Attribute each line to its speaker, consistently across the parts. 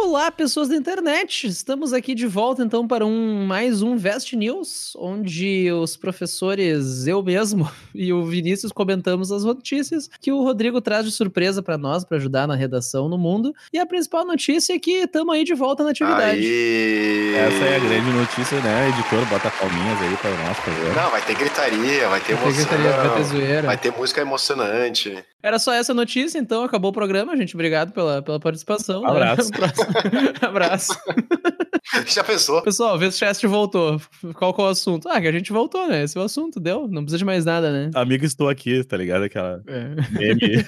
Speaker 1: Olá, pessoas da internet! Estamos aqui de volta então para um mais um Vest News, onde os professores, eu mesmo e o Vinícius comentamos as notícias que o Rodrigo traz de surpresa para nós, para ajudar na redação no mundo. E a principal notícia é que estamos aí de volta na atividade.
Speaker 2: Aí.
Speaker 3: Essa é a grande notícia, né? Editor, bota palminhas aí para nós, por favor.
Speaker 2: Não, vai ter gritaria, vai ter
Speaker 1: Vai ter
Speaker 2: emoção.
Speaker 1: gritaria, vai ter é zoeira.
Speaker 2: Vai ter música emocionante.
Speaker 1: Era só essa notícia, então acabou o programa, gente. Obrigado pela, pela participação. né?
Speaker 3: Um Abraço.
Speaker 1: Abraço.
Speaker 2: Já pensou?
Speaker 1: Pessoal, o Chest voltou. Qual que é o assunto? Ah, que a gente voltou, né? Esse é o assunto, deu. Não precisa de mais nada, né?
Speaker 3: Amigo, estou aqui, tá ligado? Aquela
Speaker 1: É.
Speaker 3: meme.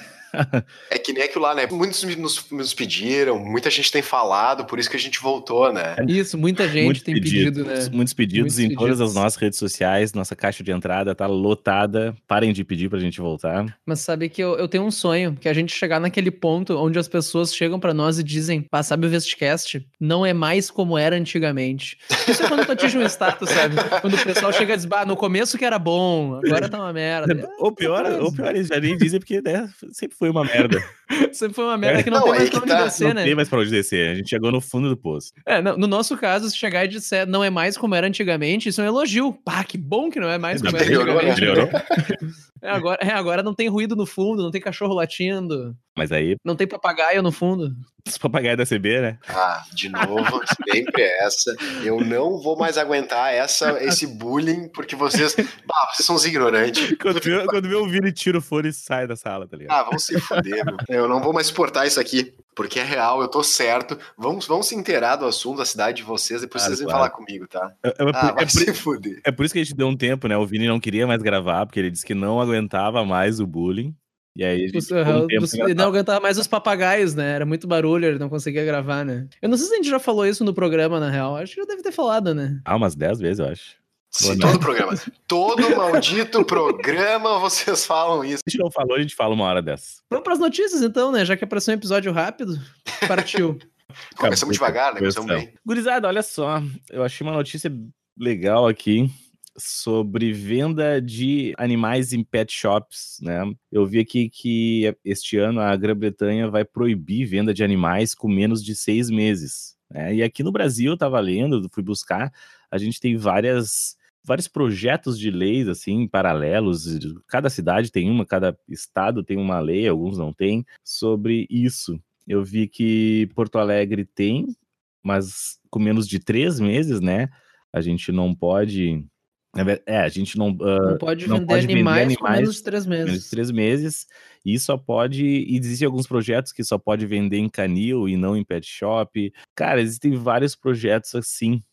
Speaker 2: É que nem aquilo lá, né? Muitos me- nos, nos pediram, muita gente tem falado, por isso que a gente voltou, né?
Speaker 1: Isso, muita gente
Speaker 3: Muitos
Speaker 1: tem pedido, né?
Speaker 3: pedidos, Muitos pedidos
Speaker 1: Muitos
Speaker 3: em todas
Speaker 1: pedidos.
Speaker 3: as nossas redes sociais. Nossa caixa de entrada tá lotada. Parem de pedir pra gente voltar.
Speaker 1: Mas sabe que eu, eu tenho um sonho, que a gente chegar naquele ponto onde as pessoas chegam pra nós e dizem, pá, sabe o Vestcast? Não é mais como era antigamente. Isso é quando tu atinge um status, sabe? Quando o pessoal chega e diz, bah, no começo que era bom, agora tá uma merda.
Speaker 3: Ou pior,
Speaker 1: beleza.
Speaker 3: ou pior, eles já nem dizem porque né, sempre foi uma merda.
Speaker 1: Sempre foi uma merda que não,
Speaker 2: Não,
Speaker 1: tem
Speaker 2: aí
Speaker 1: mais
Speaker 2: que
Speaker 1: pra onde
Speaker 2: tá.
Speaker 1: descer,
Speaker 3: Não
Speaker 1: né?
Speaker 3: tem mais pra onde descer. A gente chegou no fundo do poço.
Speaker 1: É, não, no nosso caso, se chegar e disser não é mais como era antigamente, isso é um elogio. Pá, que bom que não é mais como era
Speaker 2: Melhorou, né?
Speaker 1: antigamente.
Speaker 3: Melhorou.
Speaker 1: É, agora, é, agora não tem ruído no fundo, não tem cachorro latindo,
Speaker 3: Mas aí,
Speaker 1: não tem papagaio no fundo.
Speaker 3: os papagaios da CB, né?
Speaker 2: Ah, de novo, sempre essa. Eu não vou mais aguentar essa, esse bullying, porque vocês. Bah, vocês são os ignorantes.
Speaker 3: Quando vê, quando vê o Vini tira o fone e sai da sala, tá ligado?
Speaker 2: Ah, vão se fuder, meu. Eu não vou mais suportar isso aqui. Porque é real, eu tô certo. Vão, vão se inteirar do assunto da cidade de vocês, depois
Speaker 3: Claro,
Speaker 2: vocês vêm
Speaker 3: claro.
Speaker 2: falar comigo, tá?
Speaker 3: É- é-
Speaker 2: Ah,
Speaker 3: é por-
Speaker 2: vai se fuder.
Speaker 3: É por isso que a gente deu um tempo, né? O Vini não queria mais gravar, porque ele disse que não aguentava mais o bullying. E aí a gente
Speaker 1: Os-
Speaker 3: ficou um
Speaker 1: ah,
Speaker 3: tempo
Speaker 1: dos-
Speaker 3: sem
Speaker 1: ele
Speaker 3: gravar.
Speaker 1: não aguentava mais os papagaios, né? Era muito barulho, ele não conseguia gravar, né? Eu não sei se a gente já falou isso no programa, na real. Acho que já deve ter falado, né?
Speaker 3: Ah, umas 10 vezes, eu acho.
Speaker 2: Sim,
Speaker 3: Ou não.
Speaker 2: todo programa. Todo maldito programa vocês falam isso.
Speaker 3: Se a gente não falou, a gente fala uma hora dessa.
Speaker 1: Vamos pras notícias, então, né? Já que é pra ser um episódio rápido, partiu.
Speaker 2: Começamos devagar, né? Começamos bem.
Speaker 3: Gurizada, olha só. Eu achei uma notícia legal aqui sobre venda de animais em pet shops, né? Eu vi aqui que este ano a Grã-Bretanha vai proibir venda de animais com menos de seis meses. né? E aqui no Brasil, eu tava lendo, fui buscar, a gente tem várias vários projetos de leis assim paralelos cada cidade tem uma cada estado tem uma lei alguns não tem sobre isso eu vi que Porto Alegre tem mas com menos de três meses né a gente não pode na ver- é a gente não ah,
Speaker 1: Não pode
Speaker 3: não
Speaker 1: vender
Speaker 3: pode vender
Speaker 1: animais, com
Speaker 3: animais
Speaker 1: menos de três
Speaker 3: menos de
Speaker 1: meses.
Speaker 3: três meses e só pode e existem alguns projetos que só pode vender em canil e não em pet shop cara existem vários projetos assim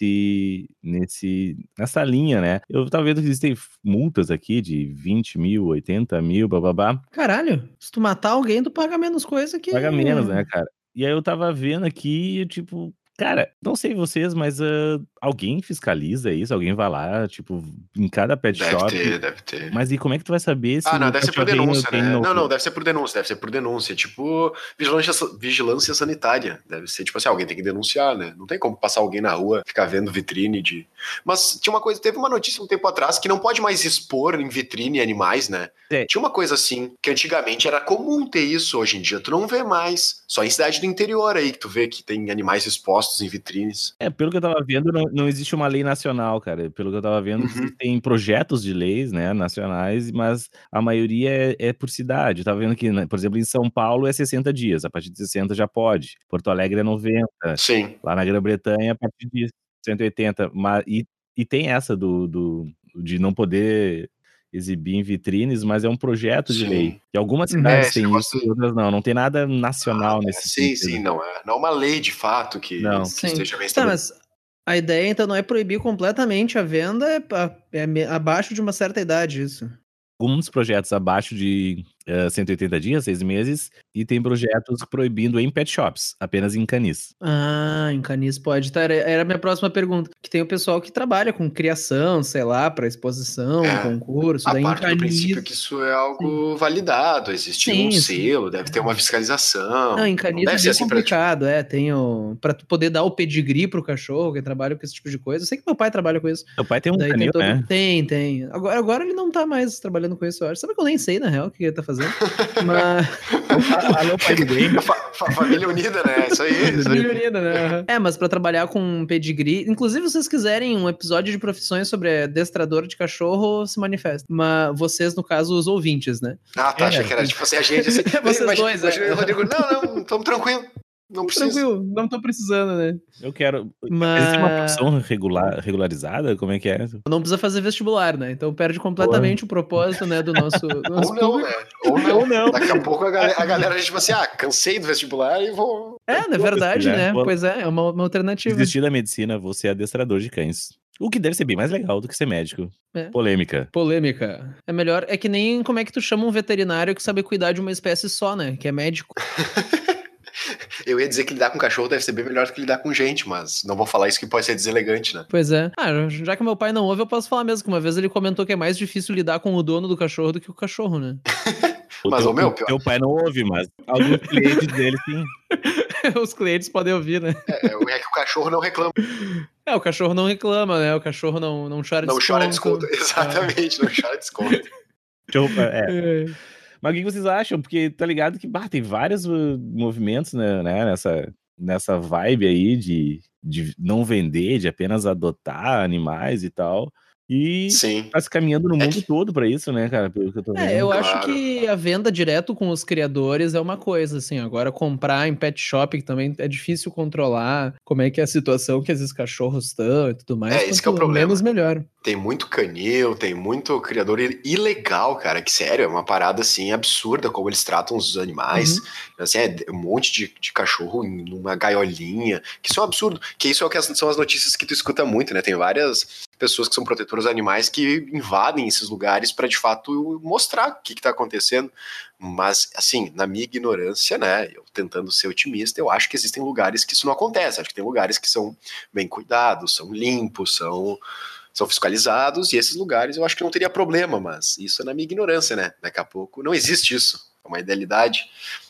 Speaker 3: nesse nesse nessa linha né eu tava vendo que existem multas aqui de 20 mil 80 mil bababá
Speaker 1: Caralho, se tu matar alguém, tu paga menos coisa que.
Speaker 3: Paga menos, né, cara? E aí eu tava vendo aqui, e, tipo, cara, não sei vocês, mas ah, alguém fiscaliza isso, alguém vai lá, tipo, em cada pet
Speaker 2: Deve
Speaker 3: shop.
Speaker 2: ter, deve ter.
Speaker 3: Mas e como é que tu vai saber se
Speaker 2: Ah, não,
Speaker 3: o
Speaker 2: deve ser por
Speaker 3: cachorrinho
Speaker 2: denúncia,
Speaker 3: tem
Speaker 2: né?
Speaker 3: no-
Speaker 2: Não, não, deve ser por denúncia, deve ser por denúncia. Tipo, vigilância, sa- vigilância sanitária. Deve ser, tipo assim, alguém tem que denunciar, né? Não tem como passar alguém na rua, ficar vendo vitrine de. Mas tinha uma coisa, teve uma notícia um tempo atrás que não pode mais expor em vitrine animais, né?
Speaker 3: É.
Speaker 2: Tinha uma coisa assim, que antigamente era comum ter isso, hoje em dia tu não vê mais. Só em cidade do interior aí que tu vê que tem animais expostos em vitrines.
Speaker 3: É, pelo que eu tava vendo, não, não existe uma lei nacional, cara. Pelo que eu tava vendo,
Speaker 2: Uhum.
Speaker 3: tem projetos de leis, né, nacionais, mas a maioria é, é por cidade. Eu tava vendo que, né, por exemplo, em São Paulo é 60 dias, a partir de 60 já pode. Porto Alegre é 90,
Speaker 2: Sim.
Speaker 3: Lá na Grã-Bretanha, a partir de 180. Mas, e, e tem essa do, do- de não poder exibir em vitrines, mas é um projeto de
Speaker 2: Sim.
Speaker 3: lei. E algumas
Speaker 1: Uhum.
Speaker 2: É,
Speaker 3: cidades
Speaker 2: esse
Speaker 3: têm
Speaker 2: negócio- Ah, é.
Speaker 3: isso e outras não. Não tem nada nacional nesse
Speaker 2: Sim,
Speaker 3: sentido. né?
Speaker 2: sim, não é. Não é uma lei de fato que,
Speaker 3: Não.
Speaker 2: que
Speaker 1: Sim.
Speaker 2: esteja bem
Speaker 1: Tá,
Speaker 2: estabelecida.
Speaker 1: mas a ideia então não é proibir completamente a é venda, é, pa- é me- abaixo de uma certa idade, isso.
Speaker 3: Alguns projetos abaixo de eh, 180 dias, seis meses, e tem projetos proibindo em pet shops, apenas em canis.
Speaker 1: Ah, em canis pode. Tá, era, era a minha próxima pergunta. Que tem o pessoal que trabalha com criação, sei lá, para exposição,
Speaker 2: É,
Speaker 1: concurso,
Speaker 2: A
Speaker 1: daí um em
Speaker 2: parte do princípio
Speaker 1: canis.
Speaker 2: que isso é algo validado, existe
Speaker 1: Sim,
Speaker 2: um
Speaker 1: sim.
Speaker 2: selo, deve ter uma fiscalização.
Speaker 1: Não, em
Speaker 2: não
Speaker 1: canis é
Speaker 2: deve ser
Speaker 1: bem
Speaker 2: assim pra ti.
Speaker 1: complicado, é. Tem o. Pra tu poder dar o pedigree pro cachorro que trabalha com esse tipo de coisa. Eu sei que meu pai trabalha com isso.
Speaker 3: Teu pai tem um
Speaker 1: daí tem,
Speaker 3: canil,
Speaker 1: todo-
Speaker 3: né?
Speaker 1: tem, tem. Agora, agora ele não tá mais trabalhando com isso, eu acho. Sabe que eu nem sei, na real, o que ele tá fazendo? Mas.
Speaker 3: Alô, pai do Grêmio.
Speaker 2: Fa- fa- Família unida, né? Isso
Speaker 3: é
Speaker 2: aí. Isso aí.
Speaker 1: Melhorina, né? É, mas pra trabalhar com pedigree. Inclusive, se vocês quiserem um episódio de profissões sobre adestrador de cachorro, se manifesta. Mas vocês, no caso, os ouvintes, né?
Speaker 2: Ah, tá,
Speaker 3: É.
Speaker 2: achei que era tipo assim, a gente. Assim,
Speaker 1: Vocês dois, é.
Speaker 2: imagina, o Rodrigo, não, não, tamo tranquilo. Não precisa.
Speaker 1: Tranquilo, não tô precisando, né?
Speaker 3: Eu quero. Existe uma
Speaker 1: Mas
Speaker 3: profissão regular, regularizada? Como é que é?
Speaker 1: não precisa fazer vestibular, né? Então perde completamente o propósito, né, do nosso, do nosso
Speaker 2: Ou não,
Speaker 1: público.
Speaker 2: né? Ou não.
Speaker 3: não.
Speaker 2: Daqui a pouco a galera, a galera tipo assim, ah, cansei do vestibular e vou.
Speaker 1: É, na verdade,
Speaker 3: né?
Speaker 1: né?
Speaker 3: Boa.
Speaker 1: Pois é, é uma, uma alternativa.
Speaker 3: Desistir da medicina, vou ser adestrador de cães. O que deve ser bem mais legal do que ser médico.
Speaker 1: É.
Speaker 3: Polêmica.
Speaker 1: Polêmica. É melhor, é que nem como é que tu chama um veterinário que sabe cuidar de uma espécie só, né? Que é médico.
Speaker 2: Eu ia dizer que lidar com cachorro deve ser bem melhor do que lidar com gente, mas não vou falar isso que pode ser deselegante, né?
Speaker 1: Pois é. Ah, já que meu pai não ouve, eu posso falar mesmo que uma vez ele comentou que é mais difícil lidar com o dono do cachorro do que o cachorro, né?
Speaker 3: O
Speaker 2: Mas,
Speaker 3: teu,
Speaker 2: ô, meu,
Speaker 3: o
Speaker 2: pior-
Speaker 3: teu pai não ouve, mas alguns clientes dele sim.
Speaker 1: Os clientes podem ouvir, né?
Speaker 2: É, é que o cachorro não reclama,
Speaker 1: É, o cachorro não reclama, né? O cachorro não, não chora
Speaker 2: não chora
Speaker 1: desconto.
Speaker 2: desconto. Exatamente, não chora desconto.
Speaker 3: Teu pai- é.
Speaker 1: É.
Speaker 3: Mas o que que vocês acham? Porque tá ligado que bah, tem vários uh, movimentos né, né, nessa, nessa vibe aí de, de não vender, de apenas adotar animais e tal. E
Speaker 2: Sim.
Speaker 3: tá se caminhando no
Speaker 2: É
Speaker 3: mundo
Speaker 2: que-
Speaker 3: todo pra isso, né, cara? Pelo que eu tô vendo.
Speaker 1: É, eu
Speaker 2: Claro.
Speaker 1: acho que a venda direto com os criadores é uma coisa, assim. Agora, comprar em pet shop, que também é difícil controlar como é que é a situação que esses cachorros estão e tudo mais.
Speaker 2: É, esse que é o
Speaker 1: quanto
Speaker 2: problema.
Speaker 1: Menos melhor.
Speaker 2: Tem muito canil, tem muito criador i- ilegal, cara, que sério, é uma parada assim absurda como eles tratam os animais. Assim, é um monte de, de cachorro em- numa gaiolinha, que isso é um absurdo. Que isso é o que as- são as notícias que tu escuta muito, né? Tem várias pessoas que são protetoras de animais que invadem esses lugares pra de fato mostrar o que, que tá acontecendo. Mas, assim, na minha ignorância, né? Eu tentando ser otimista, eu acho que existem lugares que isso não acontece. Acho que tem lugares que são bem cuidados, são limpos, são são fiscalizados e esses lugares eu acho que não teria problema, mas isso é na minha ignorância, né? Daqui a pouco não existe isso, é uma idealidade.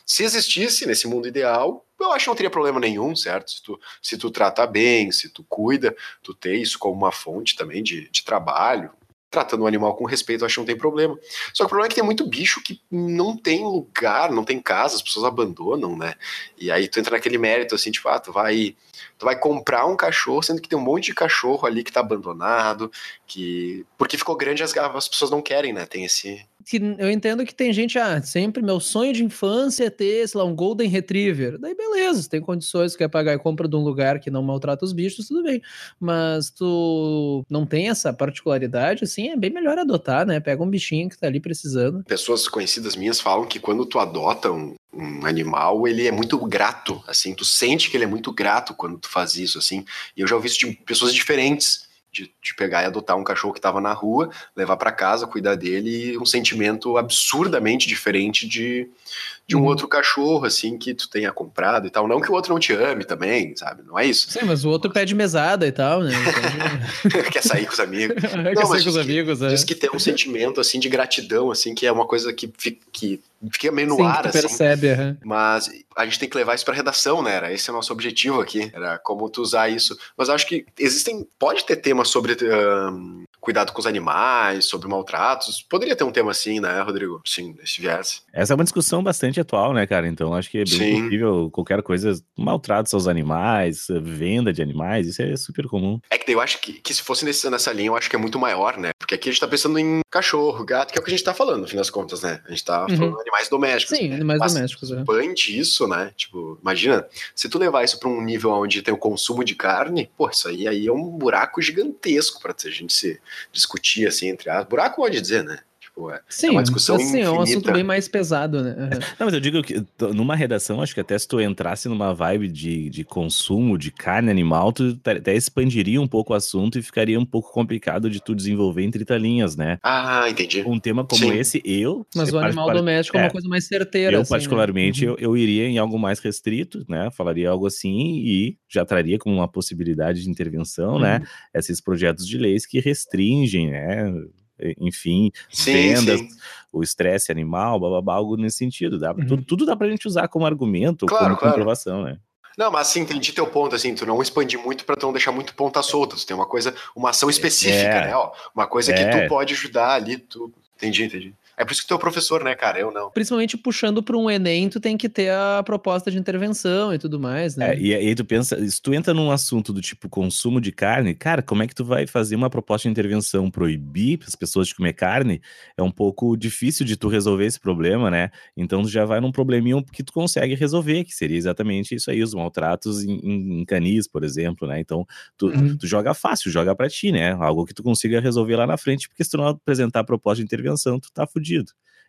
Speaker 2: Se existisse nesse mundo ideal, eu acho que não teria problema nenhum, certo? Se tu, se tu tratar bem, se tu cuida, tu ter isso como uma fonte também de, de trabalho. Tratando o animal com respeito, eu acho que não tem problema. Só que o problema é que tem muito bicho que não tem lugar, não tem casa, as pessoas abandonam, né? E aí tu entra naquele mérito assim, tipo, ah, tu vai, tu vai comprar um cachorro, sendo que tem um monte de cachorro ali que tá abandonado, que porque ficou grande as, as pessoas não querem, né? Tem esse
Speaker 1: Que eu entendo que tem gente, ah, sempre meu sonho de infância é ter, sei lá, um Golden Retriever. Daí beleza, se tem condições, se quer pagar e compra de um lugar que não maltrata os bichos, tudo bem. Mas tu não tem essa particularidade, assim, é bem melhor adotar, né? Pega um bichinho que tá ali precisando.
Speaker 2: pessoas conhecidas minhas falam que quando tu adota um, um animal, ele é muito grato, assim, tu sente que ele é muito grato quando tu faz isso, assim. E eu já ouvi isso de pessoas diferentes. De, de pegar e adotar um cachorro que tava na rua, levar pra casa, cuidar dele, e um sentimento absurdamente diferente de, de um
Speaker 1: Uhum.
Speaker 2: outro cachorro, assim, que tu tenha comprado e tal. Não que o outro não te ame também, sabe? Não é isso.
Speaker 1: Sim, mas o outro pede mesada e tal, né?
Speaker 2: Quer sair com os amigos.
Speaker 1: Pede...
Speaker 2: Não,
Speaker 1: Não,
Speaker 2: mas
Speaker 1: com os
Speaker 2: diz que-
Speaker 1: amigos, é.
Speaker 2: Diz que tem um sentimento assim de gratidão, assim, que é uma coisa que fi- que fica meio no
Speaker 1: Sim,
Speaker 2: ar,
Speaker 1: tu
Speaker 2: assim.
Speaker 1: percebe, aham.
Speaker 2: Mas a gente tem que levar isso pra redação, né? Era esse é o nosso objetivo aqui, era como tu usar isso. Mas eu acho que existem, pode ter temas sobre ahn, cuidado com os animais, sobre maltratos. Poderia ter um tema assim, né, Rodrigo? Sim, nesse viés.
Speaker 3: Essa é uma discussão bastante atual, né, cara? Então acho que é bem
Speaker 2: Sim.
Speaker 3: possível qualquer coisa, maltratos aos animais, venda de animais, isso é super comum.
Speaker 2: É que daí eu acho que, que se fosse nesse- nessa linha, eu acho que é muito maior, né? Porque aqui a gente tá pensando em cachorro, gato, que é o que a gente tá falando, no fim das contas, né? A gente tá
Speaker 1: Uhum.
Speaker 2: falando de animais domésticos.
Speaker 1: Sim, animais
Speaker 2: tipo, Mas-
Speaker 1: domésticos. é.
Speaker 2: expande isso, né? Tipo, imagina, se tu levar isso pra um nível onde tem o consumo de carne, pô, isso aí, aí é um buraco gigantesco pra a gente se discutir, assim, entre as. Buraco pode dizer, né? Tipo, Tipo, é,
Speaker 1: Sim,
Speaker 2: uma discussão
Speaker 1: assim, é um assunto
Speaker 2: infinita.
Speaker 1: bem mais pesado, né? Uhum.
Speaker 3: Não, mas eu digo que t- numa redação, acho que até se tu entrasse numa vibe de, de consumo de carne animal, tu t- até expandiria um pouco o assunto e ficaria um pouco complicado de tu desenvolver em 30 linhas, né?
Speaker 2: Ah, entendi.
Speaker 3: Um tema como
Speaker 2: Sim.
Speaker 3: esse, eu.
Speaker 1: Mas
Speaker 3: eu
Speaker 1: o animal
Speaker 3: particular-
Speaker 1: doméstico é uma
Speaker 3: é,
Speaker 1: coisa mais certeira.
Speaker 3: Eu,
Speaker 1: assim, né?
Speaker 3: particularmente, eu, eu iria em algo mais restrito, né? Falaria algo assim e já traria como uma possibilidade de intervenção, né?
Speaker 1: Uhum.
Speaker 3: Esses projetos de leis que restringem, né? Enfim,
Speaker 2: Sim,
Speaker 3: vendas,
Speaker 2: sim.
Speaker 3: o estresse animal, bababá, algo nesse sentido. Dá,
Speaker 1: Uhum.
Speaker 3: tudo, tudo dá pra gente usar como argumento,
Speaker 2: Claro,
Speaker 3: como
Speaker 2: claro.
Speaker 3: comprovação, né?
Speaker 2: Não, mas assim, entendi teu ponto, assim, tu não expandir muito pra tu não deixar muito ponta solta. Tu tem uma coisa, uma ação específica,
Speaker 3: É.
Speaker 2: né? Ó, uma coisa que
Speaker 3: É.
Speaker 2: tu pode ajudar ali, tu. Entendi, entendi. É por isso que tu é o professor, né, cara? Eu não.
Speaker 1: Principalmente puxando para um Enem, tu tem que ter a proposta de intervenção e tudo mais, né?
Speaker 3: É, e aí tu pensa, se tu entra num assunto do tipo consumo de carne, cara, como é que tu vai fazer uma proposta de intervenção proibir as pessoas de comer carne? É um pouco difícil de tu resolver esse problema, né? Então tu já vai num probleminha que tu consegue resolver, que seria exatamente isso aí, os maltratos em, em- em canis, por exemplo, né? Então tu,
Speaker 1: Uhum.
Speaker 3: tu joga fácil, joga pra ti, né? Algo que tu consiga resolver lá na frente, porque se tu não apresentar a proposta de intervenção, tu tá fudido.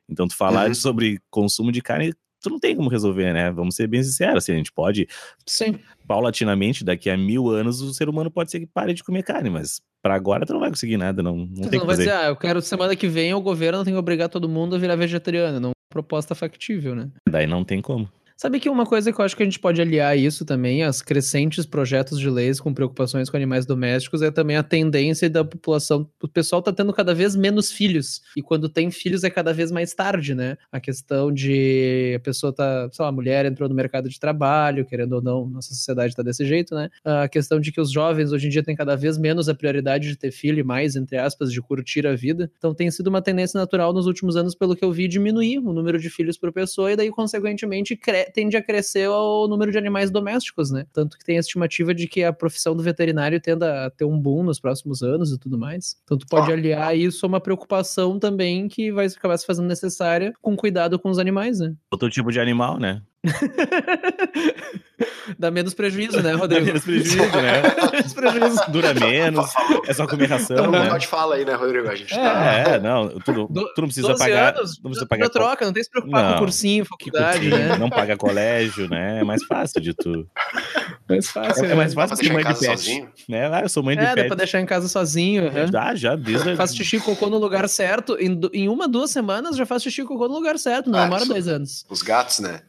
Speaker 3: Então tu falar
Speaker 2: Uhum.
Speaker 3: sobre consumo de carne, tu não tem como resolver, né? Vamos ser bem sinceros, assim, a gente pode
Speaker 1: Sim.
Speaker 3: paulatinamente, daqui a mil anos, o ser humano pode ser que pare de comer carne, mas pra agora tu não vai conseguir nada, não, não
Speaker 1: Tu
Speaker 3: tem o
Speaker 1: não
Speaker 3: que
Speaker 1: vai
Speaker 3: fazer.
Speaker 1: dizer, ah, eu quero semana que vem o governo tem que obrigar todo mundo a virar vegetariano. Não é uma proposta factível, né?
Speaker 3: Daí não tem como.
Speaker 1: Sabe que uma coisa que eu acho que a gente pode aliar isso também, as crescentes projetos de leis com preocupações com animais domésticos, é também a tendência da população. O pessoal tá tendo cada vez menos filhos. E quando tem filhos é cada vez mais tarde, né? A questão de a pessoa tá, sei lá, a mulher entrou no mercado de trabalho, querendo ou não, nossa sociedade tá desse jeito, né? A questão de que os jovens hoje em dia têm cada vez menos a prioridade de ter filho e mais, entre aspas, de curtir a vida. Então tem sido uma tendência natural nos últimos anos, pelo que eu vi, diminuir o número de filhos por pessoa e daí, consequentemente, cre- tende a crescer o número de animais domésticos, né? Tanto que tem a estimativa de que a profissão do veterinário tenda a ter um boom nos próximos anos e tudo mais. Então tu pode
Speaker 2: Ah.
Speaker 1: aliar isso a uma preocupação também que vai acabar se fazendo necessária com cuidado com os animais, né?
Speaker 3: Outro tipo de animal, né?
Speaker 1: Dá menos prejuízo, né, Rodrigo?
Speaker 3: Menos prejuízo, né?
Speaker 1: menos prejuízo.
Speaker 3: Dura menos, é só comer
Speaker 2: Então,
Speaker 3: ração,
Speaker 2: não
Speaker 3: né?
Speaker 2: local de fala aí, né, Rodrigo? A gente
Speaker 1: É,
Speaker 2: tá.
Speaker 3: É, não, tu, não-
Speaker 1: Do-
Speaker 3: tu não precisa
Speaker 1: 12
Speaker 3: pagar,
Speaker 1: anos,
Speaker 3: não precisa
Speaker 1: dura
Speaker 3: pagar co-
Speaker 1: troca, não tem que se preocupar
Speaker 3: Não.
Speaker 1: com cursinho,
Speaker 3: que
Speaker 1: faculdade,
Speaker 3: cursinho,
Speaker 1: né?
Speaker 3: não paga colégio, né? É mais fácil de tu.
Speaker 1: Mais
Speaker 3: É,
Speaker 1: fácil, né?
Speaker 3: é mais
Speaker 2: Dá tá pra
Speaker 3: fácil que
Speaker 2: deixar em
Speaker 3: mãe de
Speaker 2: casa
Speaker 3: pet,
Speaker 2: sozinho?
Speaker 3: né? Ah, eu sou mãe de
Speaker 1: É, dá pra
Speaker 3: pet.
Speaker 1: deixar em casa sozinho. aham.
Speaker 3: Já, já, desde a-
Speaker 1: Faz xixi e cocô no lugar certo. Em, du- em uma, duas semanas já faz xixi e cocô no lugar certo. Não
Speaker 2: Ah,
Speaker 1: demora
Speaker 2: isso-
Speaker 1: dois anos.
Speaker 2: Os gatos, né?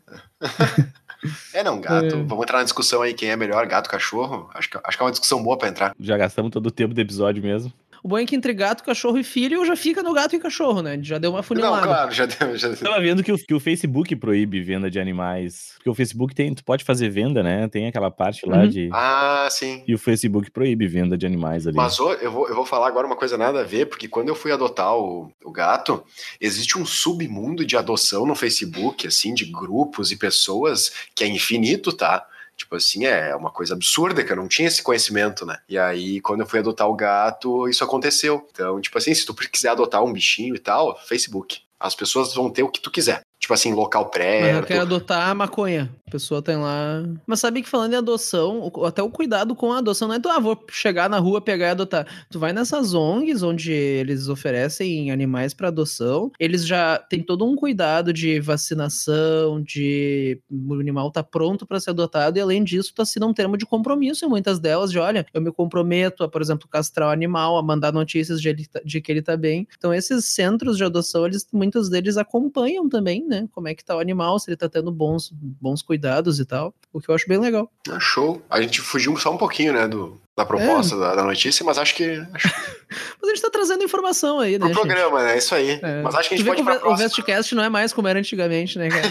Speaker 2: é, não, gato.
Speaker 1: É.
Speaker 2: Vamos entrar na discussão aí, quem é melhor, gato, cachorro? Acho que, acho que é uma discussão boa pra entrar.
Speaker 3: já gastamos todo o tempo do episódio mesmo.
Speaker 1: O bom é que entre gato, cachorro e filho já fica no gato e cachorro, né? Já deu uma
Speaker 2: Não,
Speaker 1: funilada.
Speaker 2: claro, já deu. Já...
Speaker 3: Eu tava vendo que o, que o Facebook proíbe venda de animais. Porque o Facebook tem, tu pode fazer venda, né? Tem aquela parte lá
Speaker 1: Uhum.
Speaker 3: de.
Speaker 2: Ah, sim.
Speaker 3: E o Facebook proíbe venda de animais ali.
Speaker 2: Mas ô, eu vou, eu vou falar agora uma coisa nada a ver, porque quando eu fui adotar o, o gato, existe um submundo de adoção no Facebook, assim, de grupos e pessoas que é infinito, tá? Tipo assim, é uma coisa absurda que eu não tinha esse conhecimento, né? E aí, quando eu fui adotar o gato, isso aconteceu. Então, tipo assim, se tu quiser adotar um bichinho e tal, Facebook. As pessoas vão ter o que tu quiser. Tipo assim, local
Speaker 1: Mas eu
Speaker 2: pré.
Speaker 1: quero adotar a maconha. A pessoa tem lá. Mas sabe que falando em adoção, o- até o cuidado com a adoção não é tu, ah, vou chegar na rua, pegar e adotar. Tu vai nessas ONGs onde eles oferecem animais pra adoção, eles já têm todo um cuidado de vacinação, de o animal tá pronto pra ser adotado, e além disso, tu assina um termo de compromisso em muitas delas, de olha, eu me comprometo a, por exemplo, castrar o animal, a mandar notícias de, ele tá- de que ele tá bem. Então, esses centros de adoção, eles, muitos deles acompanham também, né? Como é que tá o animal, se ele tá tendo bons, bons cuidados e tal, o que eu acho bem legal.
Speaker 2: Ah, show. A gente fugiu só um pouquinho, né, do, da
Speaker 1: É.
Speaker 2: proposta da, da notícia, mas acho que. Acho que
Speaker 1: Mas a gente tá trazendo informação aí, né?
Speaker 2: pro
Speaker 1: gente?
Speaker 2: programa, né? Isso aí.
Speaker 1: É.
Speaker 2: Mas acho que a
Speaker 1: Tu
Speaker 2: gente
Speaker 1: vê
Speaker 2: pode ir pra
Speaker 1: o, o
Speaker 2: próxima.
Speaker 1: Vestcast não é mais como era antigamente, né, cara?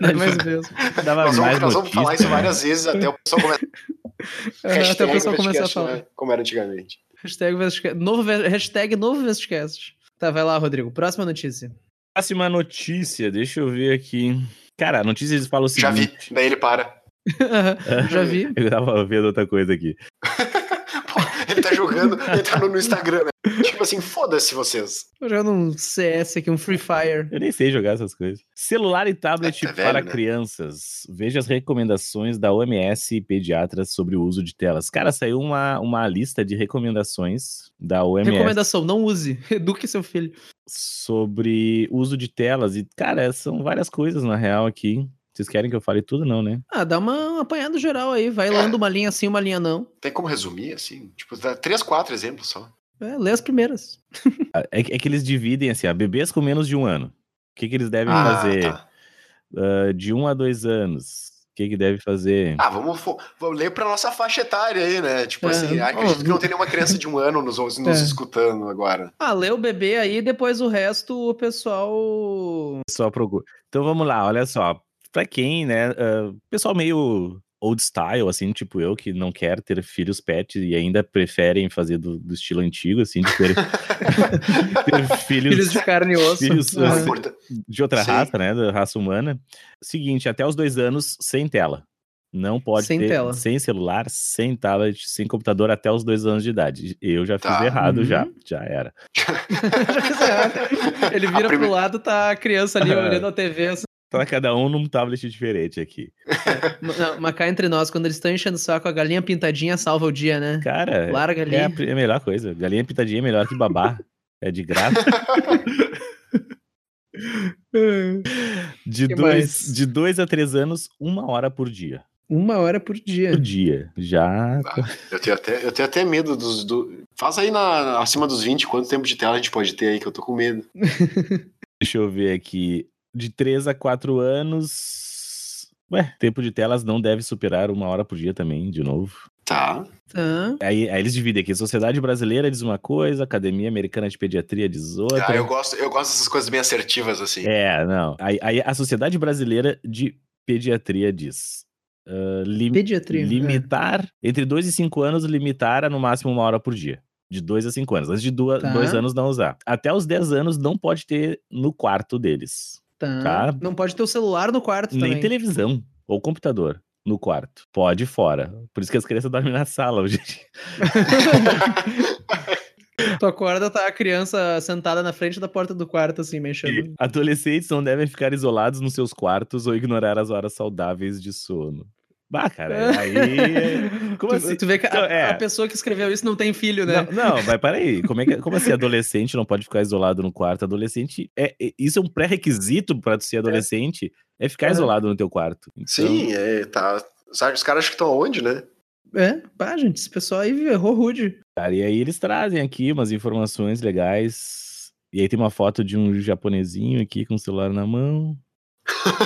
Speaker 1: Não é mais mesmo.
Speaker 3: Dava
Speaker 2: Nós vamos,
Speaker 3: mais
Speaker 2: nós vamos falar
Speaker 3: notícia,
Speaker 2: isso
Speaker 3: né?
Speaker 2: várias vezes até o pessoal começar
Speaker 1: É, Até o pessoal começar a falar.
Speaker 2: né? como era antigamente.
Speaker 1: Hashtag, Vestcast- novo, Ve- hashtag novo Vestcast. Tá, vai lá, Rodrigo. Próxima notícia.
Speaker 3: Próxima notícia, deixa eu ver aqui. Cara, a notícia eles falam o seguinte.
Speaker 2: Já vi. Daí ele para.
Speaker 1: Já vi.
Speaker 3: Eu tava vendo outra coisa aqui.
Speaker 2: Ele tá jogando, ele tá no, no Instagram, né? Tipo assim, foda-se vocês.
Speaker 1: Tô jogando um CS aqui, um Free Fire.
Speaker 3: Eu nem sei jogar essas coisas. Celular e tablet
Speaker 2: É, tá velho,
Speaker 3: para
Speaker 2: né?
Speaker 3: crianças. Veja as recomendações da OMS e pediatras sobre o uso de telas. Cara, saiu uma, uma lista de recomendações da OMS
Speaker 1: Recomendação, não use. Eduque seu filho.
Speaker 3: sobre uso de telas. E, cara, são várias coisas na real aqui. Vocês querem que eu fale tudo, não, né?
Speaker 1: Ah, dá uma apanhada geral aí. Vai lendo uma linha sim, uma linha não.
Speaker 2: Tem como resumir, assim? Tipo, dá três, quatro exemplos só.
Speaker 1: É, lê as primeiras.
Speaker 3: É, que- é que eles dividem assim, ó, bebês com menos de um ano. O que, que eles devem fazer?
Speaker 2: tá.
Speaker 3: Ah, de um a dois anos. O que, que deve fazer?
Speaker 2: Ah, vamos, fo- vamos ler pra nossa faixa etária aí, né? Tipo
Speaker 1: É.
Speaker 2: assim, acredito que não tem nenhuma criança de um ano nos, nos
Speaker 1: É.
Speaker 2: escutando agora.
Speaker 1: Ah, lê o bebê aí, depois o resto o pessoal.
Speaker 3: Só procura. Então vamos lá, olha só. Pra quem, né? ah, pessoal meio old style, assim, tipo eu, que não quer ter filhos pet e ainda preferem fazer do, do estilo antigo, assim, de ter, ter
Speaker 1: Filhos
Speaker 3: filhos
Speaker 1: de carne e osso. Ah.
Speaker 3: Filhos,
Speaker 2: Não
Speaker 1: Aham.
Speaker 3: assim.
Speaker 2: importa.
Speaker 3: de outra
Speaker 2: Sim.
Speaker 3: raça, né? Da raça humana. Seguinte, até os dois anos, sem tela. Não pode
Speaker 1: Sem
Speaker 3: ter
Speaker 1: tela.
Speaker 3: sem celular, sem tablet, sem computador até os dois anos de idade. Eu já fiz
Speaker 2: Tá.
Speaker 3: errado,
Speaker 1: Uhum.
Speaker 3: já. Já era.
Speaker 1: Já fiz errado. Ele
Speaker 2: A
Speaker 1: vira pro
Speaker 2: primeira-
Speaker 1: lado, tá a criança
Speaker 3: É.
Speaker 1: ali olhando a TV. assim.
Speaker 3: Tá cada um num tablet diferente aqui.
Speaker 1: Ma- Não, mas cá entre nós, quando eles estão enchendo o saco, a galinha pintadinha salva o dia, né?
Speaker 3: Cara,
Speaker 1: Larga ali.
Speaker 3: é a, pri- é a melhor coisa. Galinha pitadinha é melhor que babá. É de graça. De
Speaker 1: Que
Speaker 3: dois,
Speaker 1: mais?
Speaker 3: de dois a três anos, uma hora por dia.
Speaker 1: Uma hora por
Speaker 3: Por
Speaker 1: dia.
Speaker 3: dia. Já.
Speaker 2: Eu tenho até, eu tenho até medo dos. Do... Faz aí na, acima dos 20 quanto tempo de tela a gente pode ter aí, que eu tô com medo.
Speaker 3: Deixa eu ver aqui. De três a quatro anos. Ué, tempo de telas não deve superar uma hora por dia também, de novo.
Speaker 2: Tá.
Speaker 1: Tá.
Speaker 3: Aí, aí eles dividem aqui. Sociedade brasileira diz uma coisa, Academia Americana de Pediatria diz outra.
Speaker 2: Ah, eu gosto, eu gosto dessas coisas bem assertivas, assim.
Speaker 3: É, não. Aí, aí a Sociedade Brasileira de Pediatria diz. ah, lim-
Speaker 1: Pediatria. é.
Speaker 3: limitar. Entre 2 e 5 anos, limitar a no máximo uma hora por dia. De 2 a 5 anos. Antes de 2
Speaker 1: Tá.
Speaker 3: anos, não usar. Até os 10 anos, não pode ter no quarto deles.
Speaker 1: Tá.
Speaker 3: Tá.
Speaker 1: Não pode ter o celular no quarto
Speaker 3: Nem
Speaker 1: também.
Speaker 3: televisão ou computador no quarto. Pode fora. Por isso que as crianças dormem na sala hoje.
Speaker 1: Tu acorda, tá a criança sentada na frente da porta do quarto, assim, mexendo.
Speaker 3: Adolescentes não devem ficar isolados nos seus quartos ou ignorar as horas saudáveis de sono. Bah, cara, é aí. Como
Speaker 1: tu,
Speaker 3: assim?
Speaker 1: tu vê que a,
Speaker 3: Então, é.
Speaker 1: a pessoa que escreveu isso não tem filho, né?
Speaker 3: Não, não, mas peraí. Como, é que, como assim adolescente não pode ficar isolado no quarto? Adolescente. É, é- isso é um pré-requisito pra tu ser adolescente. É, ficar
Speaker 1: Aham.
Speaker 3: isolado no teu quarto. Então,
Speaker 2: Sim, é, tá. Sabe, os caras acham que estão aonde, né?
Speaker 1: É, pá, gente, esse pessoal aí errou rude.
Speaker 3: Cara, e aí eles trazem aqui umas informações legais. E aí tem uma foto de um japonesinho aqui com o celular na mão.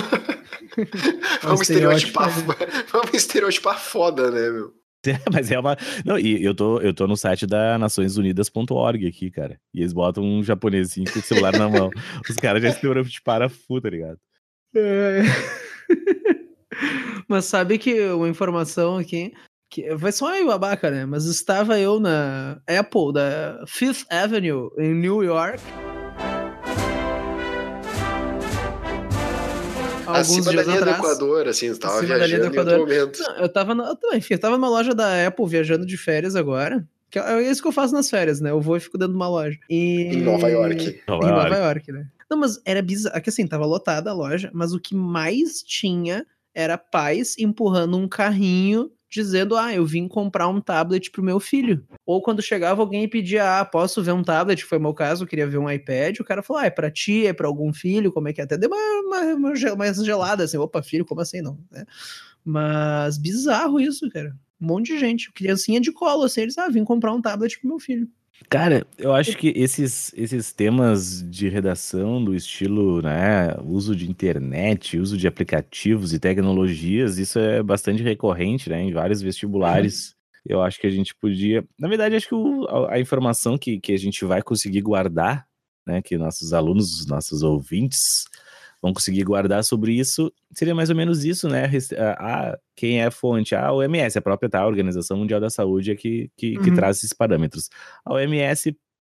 Speaker 2: Vamos
Speaker 1: estereótipo,
Speaker 2: estereotipar, vamos estereotipar foda, né, meu?
Speaker 3: Mas é uma. Não, e eu tô, eu tô no site da naçõesunidas.org aqui, cara. E eles botam um japonesinho com o celular na mão. Os caras já se para full, tá ligado?
Speaker 1: É. Mas sabe que uma informação aqui, que vai soar meio babaca, né? Mas estava eu na Apple, da Fifth Avenue, em New York. Alguns
Speaker 2: Acima da
Speaker 1: dias
Speaker 2: linha do
Speaker 1: atrás.
Speaker 2: Equador, assim, você tava
Speaker 1: Acima da linha do
Speaker 2: viajando em outro
Speaker 1: Equador.
Speaker 2: momento.
Speaker 1: Não, eu tava, na, eu tava- enfim, eu tava numa loja da Apple viajando de férias agora. Que é é isso que eu faço nas férias, né? Eu vou e fico dentro de uma loja. E-
Speaker 2: Em Nova York.
Speaker 3: Então,
Speaker 1: Em
Speaker 3: olha,
Speaker 1: Nova York, né? Não, mas era bizarro. Que assim, tava lotada a loja, mas o que mais tinha era pais empurrando um carrinho dizendo: Ah, eu vim comprar um tablet pro meu filho. Ou quando chegava alguém e pedia: Ah, posso ver um tablet? Foi o meu caso, eu queria ver um iPad. O cara falou: Ah, é pra ti, é pra algum filho, como é que é? Até deu uma, uma, uma, ge- uma gelada assim: Opa, filho, como assim não? né? Mas bizarro isso, cara. Um monte de gente, criancinha de colo, assim, eles, ah, vim comprar um tablet pro meu filho.
Speaker 3: Cara, eu acho que esses, esses temas de redação do estilo, né, uso de internet, uso de aplicativos e tecnologias, isso é bastante recorrente, né, em vários vestibulares. Eu acho que a gente podia, na verdade, acho que o- a, a informação que, que a gente vai conseguir guardar, né, que nossos alunos, os nossos ouvintes vão conseguir guardar sobre isso, seria mais ou menos isso, né, res- a, a- quem é a fonte, a OMS, a própria tá, a Organização Mundial da Saúde é que, que, que
Speaker 1: Uhum.
Speaker 3: traz esses parâmetros. A OMS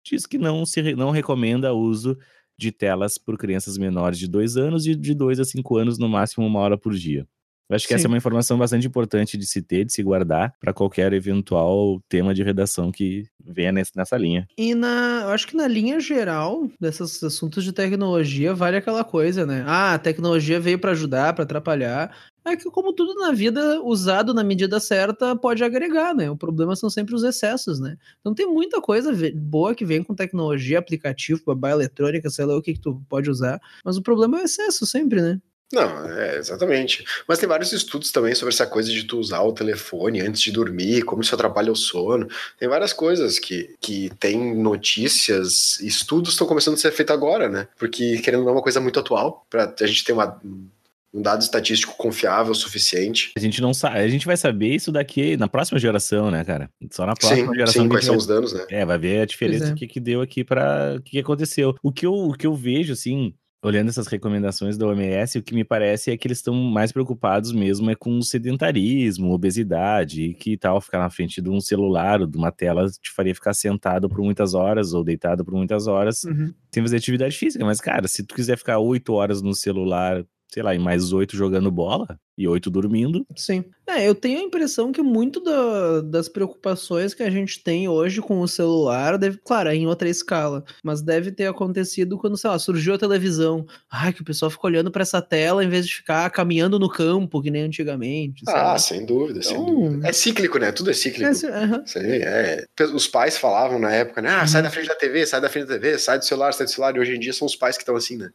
Speaker 3: diz que não, se, re- não recomenda o uso de telas por crianças menores de 2 anos e de 2 a 5 anos, no máximo uma hora por dia. Eu acho que essa
Speaker 1: Sim.
Speaker 3: é uma informação bastante importante de se ter, de se guardar para qualquer eventual tema de redação que venha nesse- nessa linha.
Speaker 1: E na, eu acho que na linha geral desses assuntos de tecnologia vale aquela coisa, né? Ah, a tecnologia veio para ajudar, para atrapalhar. É que como tudo na vida, usado na medida certa, pode agregar, né? O problema são sempre os excessos, né? Então tem muita coisa ve- boa que vem com tecnologia, aplicativo, babá eletrônica, sei lá o que que tu pode usar, mas o problema é o excesso sempre, né?
Speaker 2: Não, é, exatamente. Mas tem vários estudos também sobre essa coisa de tu usar o telefone antes de dormir, como isso atrapalha o sono. Tem várias coisas que, que tem notícias, estudos estão começando a ser feitos agora, né? Porque querendo ou não é uma coisa muito atual, pra a gente ter uma- um dado estatístico confiável o suficiente.
Speaker 3: A gente não sabe, a gente vai saber isso daqui na próxima geração, né, cara? Só na próxima
Speaker 2: Sim,
Speaker 3: geração
Speaker 2: sim,
Speaker 3: que a
Speaker 2: quais
Speaker 3: gente
Speaker 2: são
Speaker 3: vai
Speaker 2: os danos, né?
Speaker 3: É, vai ver a diferença
Speaker 1: Pois é.
Speaker 3: do que, que deu aqui para o que, que aconteceu. O que, eu, o que eu vejo, assim, olhando essas recomendações da OMS, o que me parece é que eles estão mais preocupados mesmo é com o sedentarismo, obesidade, e que tal ficar na frente de um celular ou de uma tela te faria ficar sentado por muitas horas ou deitado por muitas
Speaker 2: Hum.
Speaker 3: horas sem fazer atividade física. Mas, cara, se tu quiser ficar oito horas no celular, sei lá, e mais oito jogando bola e oito dormindo,
Speaker 1: Sim. É, eu tenho a impressão que muito da- das preocupações que a gente tem hoje com o celular, deve, claro, é em outra escala, mas deve ter acontecido quando, sei lá, surgiu a televisão. Ai, que o pessoal fica olhando pra essa tela em vez de ficar caminhando no campo, que nem antigamente. sei lá.
Speaker 2: Ah, sem dúvida, sem
Speaker 1: Então-
Speaker 2: dúvida. É cíclico, né? Tudo é cíclico.
Speaker 1: É, se- aham.
Speaker 2: Sim, é. Os pais falavam na época, né? Ah, sai
Speaker 3: Uhum.
Speaker 2: da frente da TV, sai da frente da TV, sai do celular, sai do celular. E hoje em dia são os pais que estão assim, né?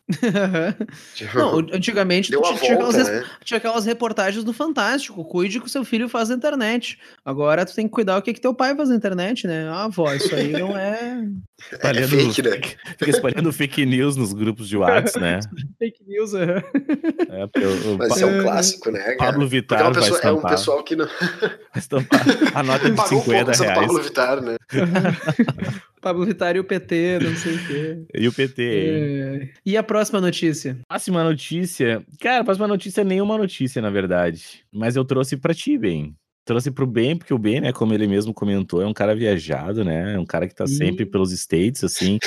Speaker 2: Tipo,
Speaker 1: Não, antigamente
Speaker 2: deu
Speaker 1: tu
Speaker 2: a
Speaker 1: tinha, tinha aquelas
Speaker 2: volta,
Speaker 1: res-
Speaker 2: né?
Speaker 1: tinha aquelas reportagens do Fantástico, cuide que o seu filho faz na internet. Agora tu tem que cuidar o que, que teu pai faz na internet, né? Ah, avó, isso aí não é
Speaker 2: É,
Speaker 3: espalhando,
Speaker 2: fake, né?
Speaker 3: fica espalhando fake news nos grupos de WhatsApp, né?
Speaker 1: fake news. aham.
Speaker 3: É, porque o- o
Speaker 2: Mas
Speaker 3: Pa-
Speaker 2: isso é um clássico, né, cara?
Speaker 3: Pablo
Speaker 2: Porque é,
Speaker 3: Vittar
Speaker 2: uma
Speaker 3: vai
Speaker 2: pessoa- é um
Speaker 3: estampar.
Speaker 2: pessoal que não
Speaker 3: Vai estampar a nota de
Speaker 2: pagou um pouco
Speaker 3: 50
Speaker 2: essa do
Speaker 3: reais.
Speaker 2: Pablo Vittar, né?
Speaker 1: Pablo Vittar e o PT, não sei o quê.
Speaker 3: E o PT. hein?
Speaker 1: É. E a próxima notícia?
Speaker 3: Próxima notícia. Cara, próxima notícia é nenhuma notícia, na verdade. Mas eu trouxe pra ti, Ben. Trouxe pro Ben, porque o Ben, né, como ele mesmo comentou, é um cara viajado, né? É um cara que tá
Speaker 1: Ih.
Speaker 3: sempre pelos States, assim.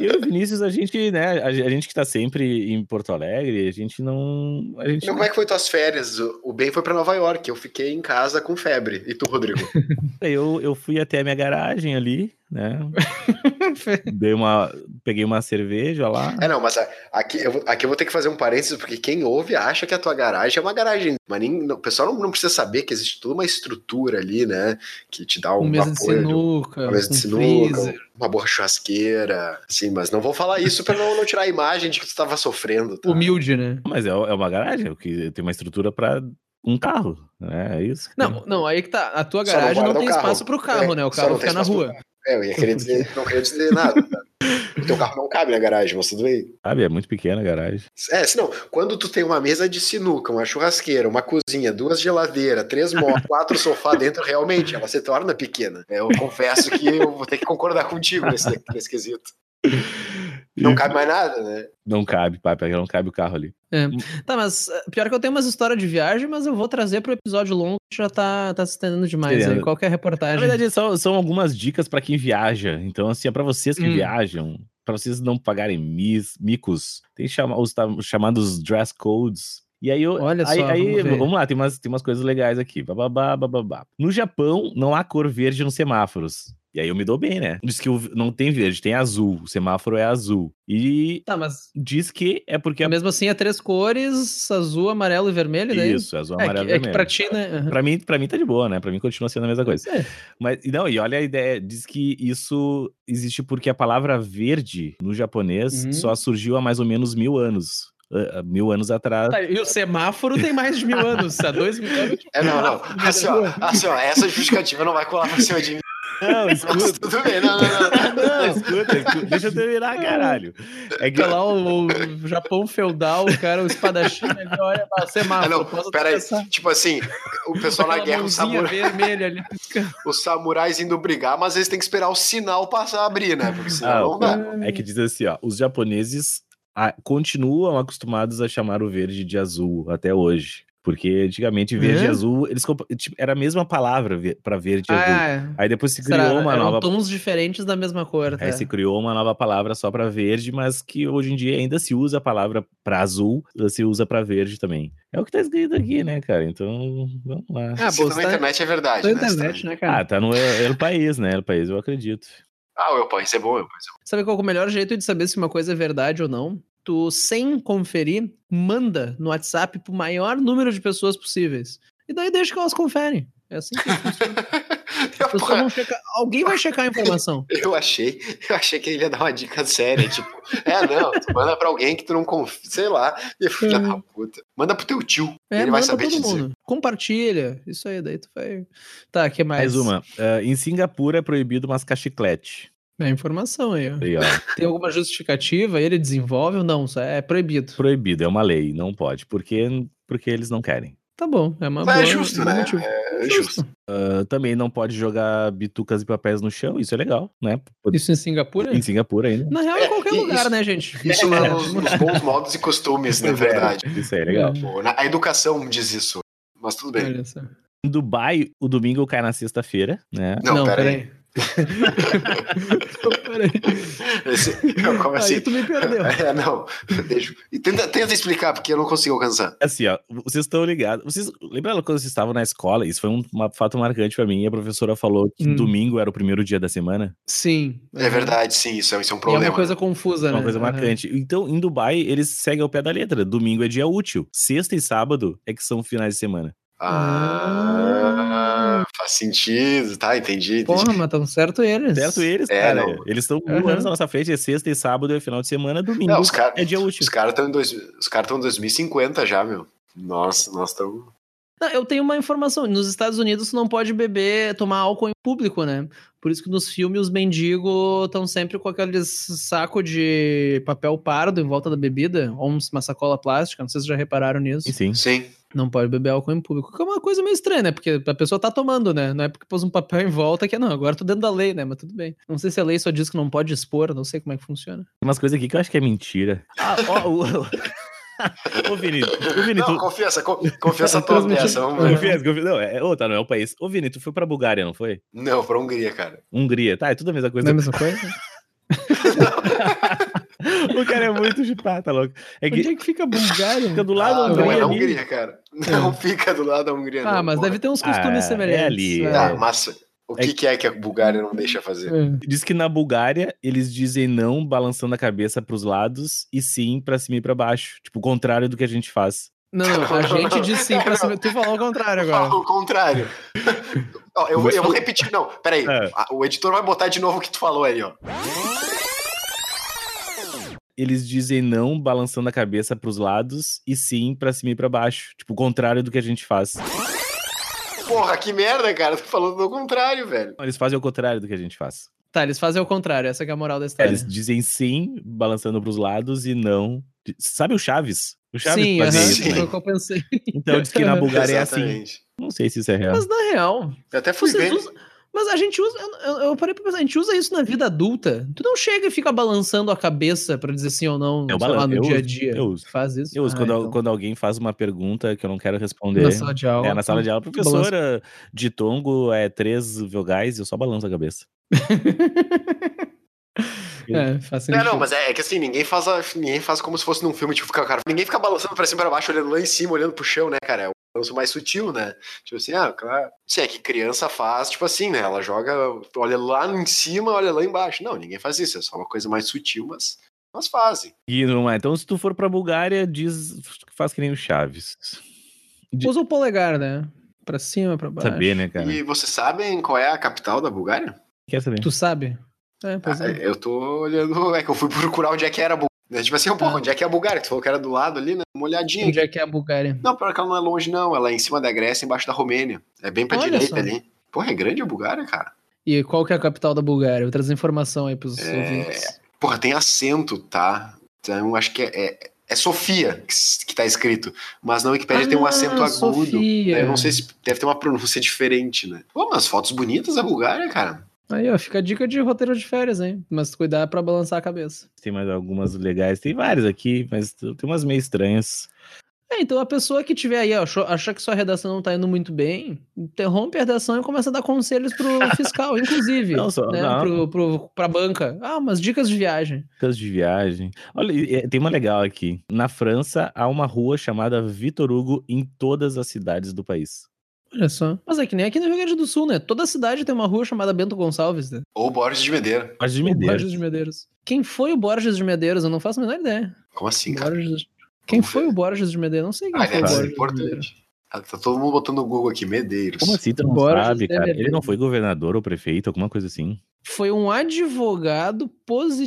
Speaker 3: E o Vinícius, a gente, né? A, ge- a gente que tá sempre em Porto Alegre, a gente não. A gente
Speaker 2: Então, como é que foi tuas férias? O o Ben foi pra Nova York, eu fiquei em casa com febre. E tu, Rodrigo?
Speaker 3: Eu, eu fui até a minha garagem ali, né? Dei uma. Peguei uma cerveja lá.
Speaker 2: É, não, mas a- aqui eu, vou- aqui eu vou ter que fazer um parênteses, porque quem ouve acha que a tua garagem é uma garagem. Mas nem, não- o pessoal não, não precisa saber que existe toda uma estrutura ali, né? Que te dá um,
Speaker 1: Um mesa de
Speaker 2: apoio. de-
Speaker 1: sinuca,
Speaker 2: Uma
Speaker 1: um
Speaker 2: mesa de sinuca,
Speaker 1: freezer,
Speaker 2: uma boa churrasqueira, assim, mas não vou falar isso pra não, não tirar a imagem de que tu tava sofrendo. tá?
Speaker 1: humilde, né?
Speaker 3: Mas é, é uma garagem, que tem uma estrutura para um carro, né? É isso.
Speaker 1: Não, não, aí que tá. A tua
Speaker 2: Só não
Speaker 1: garagem não,
Speaker 2: guarda o
Speaker 1: tem
Speaker 2: carro.
Speaker 1: espaço pro carro,
Speaker 2: É,
Speaker 1: né? O
Speaker 2: só
Speaker 1: carro
Speaker 2: não tem
Speaker 1: fica na
Speaker 2: espaço pro
Speaker 1: rua.
Speaker 2: É, eu ia querer dizer, não queria dizer nada. tá? O teu carro não cabe na garagem, mas tudo bem.
Speaker 3: Sabe, é muito pequena a garagem.
Speaker 2: É, senão, quando tu tem uma mesa de sinuca, uma churrasqueira, uma cozinha, duas geladeiras, três móveis, quatro sofá dentro, realmente, ela se torna pequena. É, Eu confesso que eu vou ter que concordar contigo nesse, nesse quesito. Não
Speaker 3: E-
Speaker 2: cabe mais nada, né?
Speaker 3: Não cabe, pai, porque não cabe o carro ali.
Speaker 1: Tá, mas eh, pior que eu tenho umas histórias de viagem, mas eu vou trazer pro episódio longo que já tá, tá se estendendo demais
Speaker 3: Entendendo.
Speaker 1: aí. Qualquer
Speaker 3: Na
Speaker 1: reportagem.
Speaker 3: verdade, são, são algumas dicas para quem viaja. Então, assim, é para vocês que
Speaker 1: Hum.
Speaker 3: viajam, para vocês não pagarem mis, micos, tem chama, os ta- chamados dress codes. E aí, eu,
Speaker 1: Olha
Speaker 3: aí,
Speaker 1: só,
Speaker 3: aí,
Speaker 1: vamos ver.
Speaker 3: vamos, lá, tem umas, tem umas coisas legais aqui. Bababá, bababá. No Japão, não há cor verde nos semáforos. E aí eu me dou bem, né? Diz que o- não tem verde, tem azul. O semáforo é azul. E
Speaker 1: Tá, mas
Speaker 3: diz que é porque a
Speaker 1: mesmo assim é três cores: azul, amarelo e vermelho, né?
Speaker 3: Isso, azul,
Speaker 1: É,
Speaker 3: amarelo
Speaker 1: que,
Speaker 3: e
Speaker 1: é que pra
Speaker 3: vermelho.
Speaker 1: ti, né? Aham.
Speaker 3: Pra mim, pra mim tá de boa, né? Pra mim continua sendo a mesma coisa.
Speaker 1: É.
Speaker 3: Mas, e não, e olha a ideia, diz que isso existe porque a palavra verde no japonês
Speaker 1: Uhum.
Speaker 3: só surgiu há mais ou menos mil anos. ah, ah, Mil anos atrás.
Speaker 1: Tá, e o semáforo tem mais de mil anos, há dois mil anos.
Speaker 2: É, não, não. Assim, ó, assim, ó, essa justificativa não vai colar pra cima de mim.
Speaker 3: Não,
Speaker 2: Mas
Speaker 3: escuta.
Speaker 2: tudo bem, não, não, não. não.
Speaker 3: Não, escuta, escuta. Deixa eu terminar, caralho. É que
Speaker 1: Fica lá o, o Japão feudal, o cara, o espadachim, né? ele olha lá,
Speaker 2: Ah,
Speaker 1: semáforo.
Speaker 2: não,
Speaker 1: é posso
Speaker 2: peraí.
Speaker 1: atravessar.
Speaker 2: Tipo assim, o pessoal na
Speaker 1: Aquela
Speaker 2: guerra, os,
Speaker 1: mãozinha
Speaker 2: samura-
Speaker 1: vermelha ali.
Speaker 3: Tipo,
Speaker 1: piscando.
Speaker 2: os samurais indo brigar, mas eles têm que esperar o sinal passar a abrir, né? Porque senão
Speaker 3: Ah,
Speaker 2: não dá.
Speaker 3: É que diz assim, ó, os japoneses ah, continuam acostumados a chamar o verde de azul até hoje. Porque antigamente verde e azul, eles comp- tipo, era a mesma palavra ve- pra verde e azul.
Speaker 1: Ah, é.
Speaker 3: Aí depois se criou
Speaker 1: Será,
Speaker 3: uma
Speaker 1: eram
Speaker 3: nova É,
Speaker 1: tons diferentes da mesma cor, tá?
Speaker 3: Aí se criou uma nova palavra só para verde, mas que hoje em dia ainda se usa a palavra para azul, se usa para verde também. É o que tá escrito aqui, né, cara? Então, vamos lá.
Speaker 1: Ah,
Speaker 2: Se
Speaker 1: pô,
Speaker 2: tá na
Speaker 1: tá-
Speaker 2: internet é verdade,
Speaker 1: tá na
Speaker 2: né? Se tá-
Speaker 1: internet, né, cara?
Speaker 3: Ah, tá no El El País, né? El País, eu acredito.
Speaker 2: Ah, o El País é bom, El País é bom.
Speaker 1: Sabe qual que é o melhor jeito de saber se uma coisa é verdade ou não? Tu, sem conferir, manda no WhatsApp pro maior número de pessoas possíveis. E daí deixa que elas conferem. É assim que as pessoas
Speaker 2: Porra,
Speaker 1: vão checar. Alguém vai checar a informação.
Speaker 2: Eu achei, eu achei que ele ia dar uma dica séria, tipo, é, não, tu manda pra alguém que tu não confia, sei lá, e filha
Speaker 1: Hum.
Speaker 2: da puta. Manda pro teu tio,
Speaker 1: É,
Speaker 2: ele vai
Speaker 1: manda
Speaker 2: saber
Speaker 1: pra
Speaker 2: te
Speaker 1: todo
Speaker 2: dizer.
Speaker 1: mundo. Compartilha. Isso aí, daí tu vai. Tá, que mais?
Speaker 3: Mais uma. Ah, em Singapura é proibido mascar chiclete.
Speaker 1: É informação aí. ó.
Speaker 3: Aí, ó.
Speaker 1: Tem alguma justificativa? Ele desenvolve ou não? Isso É proibido.
Speaker 3: Proibido, é uma lei, não pode. Porque, porque eles não querem.
Speaker 1: Tá bom. É uma
Speaker 2: Mas
Speaker 1: boa.
Speaker 2: é justo,
Speaker 1: um bom
Speaker 2: né?
Speaker 1: motivo.
Speaker 2: É
Speaker 1: É
Speaker 2: justo.
Speaker 3: Ah, também não pode jogar bitucas e papéis no chão, isso é legal, né?
Speaker 1: Isso em Singapura?
Speaker 3: Em Singapura ainda.
Speaker 1: Na real, em
Speaker 2: É,
Speaker 1: qualquer
Speaker 2: e-
Speaker 1: lugar,
Speaker 2: isso-
Speaker 1: né, gente?
Speaker 2: Isso nos, nos bons modos e costumes, na verdade.
Speaker 3: Isso aí é legal.
Speaker 2: Pô, na- a educação diz isso, mas tudo bem.
Speaker 1: Hum, Olha só.
Speaker 3: Em Dubai, o domingo cai na sexta-feira, né?
Speaker 2: Não, peraí.
Speaker 1: peraí.
Speaker 2: Esse, eu comecei.
Speaker 1: Aí tu me perdeu.
Speaker 2: É, não, deixa. E tenta, tenta explicar, porque eu não consigo alcançar.
Speaker 3: Assim, ó, vocês estão ligados. Vocês lembram quando vocês estavam na escola? Isso foi um uma- fato marcante pra mim. A professora falou que
Speaker 1: Hum.
Speaker 3: domingo era o primeiro dia da semana.
Speaker 1: Sim.
Speaker 2: É verdade, sim, isso é, isso é
Speaker 1: Uhum. E
Speaker 2: um
Speaker 1: é
Speaker 2: problema.
Speaker 1: uma coisa confusa,
Speaker 3: É
Speaker 1: né?
Speaker 3: uma coisa
Speaker 1: Aham.
Speaker 3: marcante. Então, em Dubai, eles seguem ao pé da letra. Domingo é dia útil. Sexta e sábado é que são finais de semana.
Speaker 2: Ah, faz sentido, tá? Entendi. entendi.
Speaker 1: Porra, mas tão certo eles.
Speaker 3: Certo eles,
Speaker 2: É,
Speaker 3: cara.
Speaker 2: não.
Speaker 3: Eles estão mil
Speaker 1: Aham.
Speaker 3: anos na nossa frente. É sexta e sábado é final de semana. Domingo
Speaker 2: Não, os caras
Speaker 3: é dia útil.
Speaker 2: Os caras estão em, dois- os cara tão em 2050 já, meu. Nossa, nós estamos.
Speaker 1: Não, eu tenho uma informação. Nos Estados Unidos, tu não pode beber, tomar álcool em público, né? Por isso que nos filmes os mendigos estão sempre com aqueles saco de papel pardo em volta da bebida, ou um- uma sacola plástica, não sei se já repararam nisso.
Speaker 3: Sim, sim.
Speaker 2: Sim.
Speaker 1: Não pode beber álcool em público, que é uma coisa meio estranha, né? Porque a pessoa tá tomando, né? Não é porque pôs um papel em volta que é, não, agora tô dentro da lei, né? Mas tudo bem. Não sei se a lei só diz que não pode expor, não sei como é que funciona.
Speaker 3: Tem umas coisas aqui que eu acho que é mentira. Ah, ó, o... Ô, Vini, ô, Vini,
Speaker 2: Não,
Speaker 3: tu,
Speaker 2: confiança, co- confiança própria.
Speaker 1: Transmitindo.
Speaker 2: São,
Speaker 1: É.
Speaker 3: Confiança, confiança. Não, é, ô, tá, não é o país. Ô, Vini, tu foi pra Bulgária, não foi?
Speaker 2: Não, pra Hungria, cara.
Speaker 3: Hungria, tá, é tudo a mesma coisa.
Speaker 1: Não é a mesma coisa?
Speaker 3: o cara é muito chupado, tá louco. É
Speaker 1: Onde
Speaker 3: que
Speaker 1: é que fica a Bulgária?
Speaker 3: fica do lado
Speaker 2: Ah,
Speaker 3: da
Speaker 2: não é na
Speaker 3: Hungria ali.
Speaker 2: Hungria, cara. Não fica do lado da Hungria, não.
Speaker 1: Ah, mas
Speaker 2: porra.
Speaker 1: deve ter uns costumes
Speaker 3: Ah,
Speaker 1: semelhantes.
Speaker 3: é ali,
Speaker 1: né?
Speaker 2: Tá, massa. O
Speaker 3: É-
Speaker 2: que, que é que a Bulgária não deixa fazer?
Speaker 1: É.
Speaker 3: Diz que na Bulgária eles dizem não balançando a cabeça pros lados e sim pra cima e pra baixo. Tipo, o contrário do que a gente faz.
Speaker 1: Não, não, a
Speaker 2: Não, não,
Speaker 1: gente diz sim pra cima. Tu falou o contrário
Speaker 2: Fala
Speaker 1: É agora.
Speaker 2: o contrário. Ó, eu, vou- eu vou repetir, não, peraí.
Speaker 3: É.
Speaker 2: Ah, O editor vai botar de novo o que tu falou aí, ó.
Speaker 3: Eles dizem não balançando a cabeça pros lados e sim pra cima e pra baixo. Tipo, o contrário do que a gente faz.
Speaker 2: Porra, que merda, cara. Tô falando do contrário, velho.
Speaker 3: Eles fazem o contrário do que a gente faz.
Speaker 1: Tá, eles fazem o contrário, essa que é a moral da
Speaker 3: É,
Speaker 1: história.
Speaker 3: Eles dizem sim balançando pros lados e não. Sabe o Chaves? O Chaves
Speaker 1: sim,
Speaker 3: fazia
Speaker 1: aham,
Speaker 3: isso,
Speaker 2: sim.
Speaker 3: né?
Speaker 1: foi o que eu pensei.
Speaker 3: Então diz que na Bulgária é assim.
Speaker 2: Exatamente.
Speaker 3: Não sei se isso é real.
Speaker 1: Mas na real,
Speaker 2: Eu até fui
Speaker 1: vocês
Speaker 2: ver.
Speaker 1: usam. Mas a gente usa. eu- Eu, eu parei pra pensar, a gente usa isso na vida adulta. Tu não chega e fica balançando a cabeça pra dizer sim ou não,
Speaker 3: Eu
Speaker 1: sei lá,
Speaker 3: balanço,
Speaker 1: no
Speaker 3: É
Speaker 1: dia a
Speaker 3: eu uso,
Speaker 1: dia.
Speaker 3: eu uso.
Speaker 1: Faz isso.
Speaker 3: Eu uso
Speaker 1: Ah,
Speaker 3: quando,
Speaker 1: então.
Speaker 3: quando alguém faz uma pergunta que eu não quero responder.
Speaker 1: Na sala de aula.
Speaker 3: é, na sala de aula,
Speaker 1: tu balança.
Speaker 3: professora, ditongo é três vogais, eu só balanço a cabeça.
Speaker 1: É, faz
Speaker 2: Não,
Speaker 1: sentido.
Speaker 2: não, mas é, é que assim, ninguém faz, a- ninguém faz como se fosse num filme, tipo, fica, cara, ninguém fica balançando pra cima e pra baixo, olhando lá em cima, olhando pro chão, né, cara? É um balanço mais sutil, né? Tipo assim, ah, claro. Se é que criança faz, tipo assim, né? Ela joga, olha lá em cima, olha lá embaixo. Não, ninguém faz isso, é só uma coisa mais sutil, mas, mas fazem.
Speaker 3: E não é. Então, se tu for pra Bulgária, diz, faz que nem o Chaves. de-
Speaker 1: Usa o polegar, né? Pra cima, pra baixo.
Speaker 3: Saber, né, cara?
Speaker 2: E vocês sabem qual é a capital da Bulgária?
Speaker 3: Quer saber?
Speaker 1: Tu sabe? É, pois
Speaker 2: Ah,
Speaker 1: é.
Speaker 2: eu tô olhando, é que eu fui procurar onde é que era a Bulgária. né? Tipo assim, pô,
Speaker 1: Ah.
Speaker 2: onde é que é a Bulgária? Tu falou que era do lado ali, né? Uma olhadinha.
Speaker 1: Onde é que é a Bulgária?
Speaker 2: Não, pior que ela não é longe, não. Ela é em cima da Grécia, embaixo da Romênia. É bem pra
Speaker 1: Olha
Speaker 2: direita
Speaker 1: só.
Speaker 2: ali. Porra, é grande a Bulgária, cara.
Speaker 1: E qual que é a capital da Bulgária? Eu vou trazer informação aí pros
Speaker 2: É,
Speaker 1: ouvintes.
Speaker 2: Porra, tem acento, tá? Então, acho que é, é, é Sofia que, s- que tá escrito. Mas na Wikipédia tem um
Speaker 1: Ah,
Speaker 2: acento agudo. É,
Speaker 1: Sofia.
Speaker 2: Eu não sei se deve ter uma pronúncia diferente, né? Pô, mas fotos bonitas da Bulgária, cara.
Speaker 1: Aí, ó, fica a dica de roteiro de férias, hein? Mas cuidar pra balançar a cabeça.
Speaker 3: Tem mais algumas legais. Tem várias aqui, mas tu- tem umas meio estranhas.
Speaker 1: É, então a pessoa que tiver aí, ó, achou- achar que sua redação não tá indo muito bem, interrompe a redação e começa a dar conselhos pro fiscal, inclusive.
Speaker 3: Não, só-
Speaker 1: né,
Speaker 3: não.
Speaker 1: Pro, pro, pra banca. Ah, umas dicas de viagem.
Speaker 3: Dicas de viagem. Olha, e- e tem uma legal aqui. Na França, há uma rua chamada Vitor Hugo em todas as cidades do país.
Speaker 1: Olha só. Mas é que nem aqui no Rio Grande do Sul, né? Toda cidade tem uma rua chamada Bento Gonçalves, né?
Speaker 2: Ou Borges de Medeiros.
Speaker 3: Mas de
Speaker 1: Ou
Speaker 3: Medeiros.
Speaker 1: Borges de Medeiros. Quem foi o Borges de Medeiros? Eu não faço a menor ideia.
Speaker 2: Como assim, cara?
Speaker 1: Borges... Quem
Speaker 2: Vamos
Speaker 1: foi
Speaker 2: ver.
Speaker 1: o Borges de Medeiros? Não sei quem foi
Speaker 2: Ah,
Speaker 1: o
Speaker 2: deve
Speaker 3: Borges
Speaker 2: ser
Speaker 1: Borges de Medeiros.
Speaker 2: importante. Ah, Tá todo mundo botando no Google aqui, Medeiros.
Speaker 3: Como assim? Tu não
Speaker 1: Borges
Speaker 3: sabe,
Speaker 1: de
Speaker 3: cara? Ele
Speaker 1: Medeiros.
Speaker 3: não foi governador ou prefeito, alguma coisa assim.
Speaker 1: foi um advogado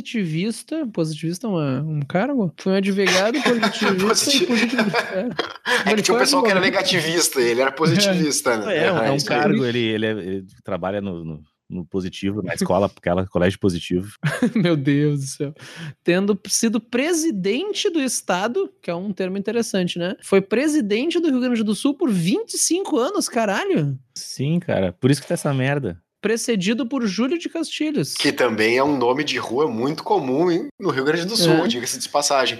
Speaker 1: positivista. Positivista é uma- um cargo? Foi um advogado positivista e
Speaker 2: Positivo.
Speaker 1: positivista. É.
Speaker 2: É que
Speaker 1: Ele
Speaker 2: tinha
Speaker 1: foi
Speaker 2: um pessoal que era
Speaker 1: advogado.
Speaker 2: negativista, ele era positivista, né?
Speaker 3: É, um- é um
Speaker 2: isso aí.
Speaker 3: cargo, ele, ele, é- ele trabalha no, no- no positivo, na escola, aquela colégio positivo.
Speaker 1: Meu Deus do céu. Tendo sido presidente do estado, que é um termo interessante, né? Foi presidente do Rio Grande do Sul por 25 anos, caralho.
Speaker 3: Sim, cara. Por isso que tá essa merda.
Speaker 1: Precedido por Júlio de Castilhos.
Speaker 2: Que também é um nome de rua muito comum hein, no Rio Grande do Sul,
Speaker 1: É.
Speaker 2: diga-se de passagem.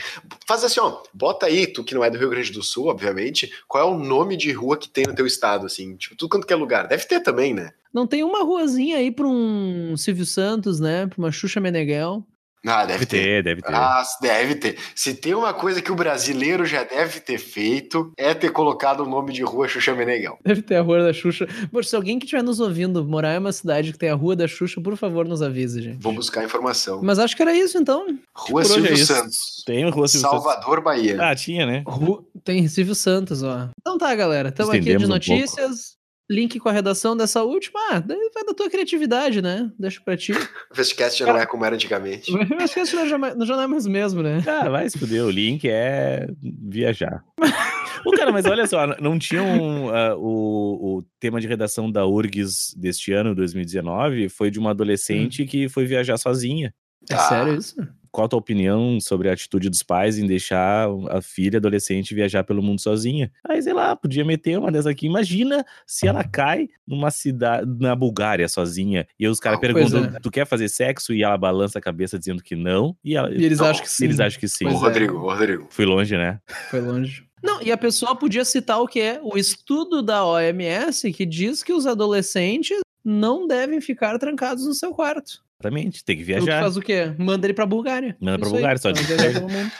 Speaker 2: Faz assim, ó, bota aí, tu que não é do Rio Grande do Sul, obviamente, qual é o nome de rua que tem no teu estado, assim, tipo, tudo quanto que é lugar. Deve ter também, né?
Speaker 1: Não tem uma ruazinha aí pra um Silvio Santos, né? Pra uma Xuxa Meneghel.
Speaker 2: Ah, deve
Speaker 3: Deve
Speaker 2: ter.
Speaker 3: ter, deve ter.
Speaker 2: Ah, deve ter. Se tem uma coisa que o brasileiro já deve ter feito, é ter colocado o nome de rua Xuxa Meneghel.
Speaker 1: Deve ter a Rua da Xuxa. Poxa, se alguém que estiver nos ouvindo morar em uma cidade que tem a Rua da Xuxa, por favor, nos avise, gente.
Speaker 2: Vou buscar a informação.
Speaker 1: Mas acho que era isso, então.
Speaker 2: Rua
Speaker 3: Por hoje
Speaker 2: Silvio
Speaker 3: é isso.
Speaker 2: Santos,
Speaker 3: Tem o Rua Silvio Santos.
Speaker 2: Salvador, Bahia.
Speaker 3: Ah, tinha, né?
Speaker 1: Ru- Tem Silvio Santos, ó. Então tá, galera. Estamos aqui de
Speaker 3: Estendemos um pouco.
Speaker 1: notícias. link com a redação dessa última. Ah, daí vai da tua criatividade, né? Deixa pra ti.
Speaker 2: O Festcast já não é como era antigamente.
Speaker 1: Mas que isso não é jamais- não já não é mais mesmo, né?
Speaker 3: Ah, vai se fuder, o link é viajar. Ô, cara, mas olha só, não tinha um, ah, o, o tema de redação da URGS deste ano, 2019, foi de uma adolescente que foi viajar sozinha.
Speaker 1: É
Speaker 2: Ah.
Speaker 1: sério isso?
Speaker 3: Qual a tua opinião sobre a atitude dos pais em deixar a filha adolescente viajar pelo mundo sozinha? Aí, sei lá, podia meter uma dessa aqui. Imagina se
Speaker 1: Uhum.
Speaker 3: ela cai numa cidade, na Bulgária sozinha, e os caras
Speaker 2: Ah, pois
Speaker 3: perguntam,
Speaker 1: é.
Speaker 3: tu quer fazer sexo? E ela balança a cabeça dizendo que não, e, ela-
Speaker 1: E eles
Speaker 2: Não,
Speaker 1: acham que sim.
Speaker 3: eles acham que sim.
Speaker 2: Ô,
Speaker 1: Pois é.
Speaker 2: Rodrigo, ô, Rodrigo.
Speaker 3: Fui longe, né?
Speaker 1: Foi longe. Não, e a pessoa podia citar o que é o estudo da OMS que diz que os adolescentes não devem ficar trancados no seu quarto.
Speaker 3: Exatamente, tem que
Speaker 1: O que
Speaker 3: viajar.
Speaker 1: faz o quê? Manda ele pra Bulgária.
Speaker 3: Manda pra
Speaker 1: Isso aí.
Speaker 3: Bulgária, só
Speaker 1: Manda
Speaker 3: de-
Speaker 1: viajar pelo mundo.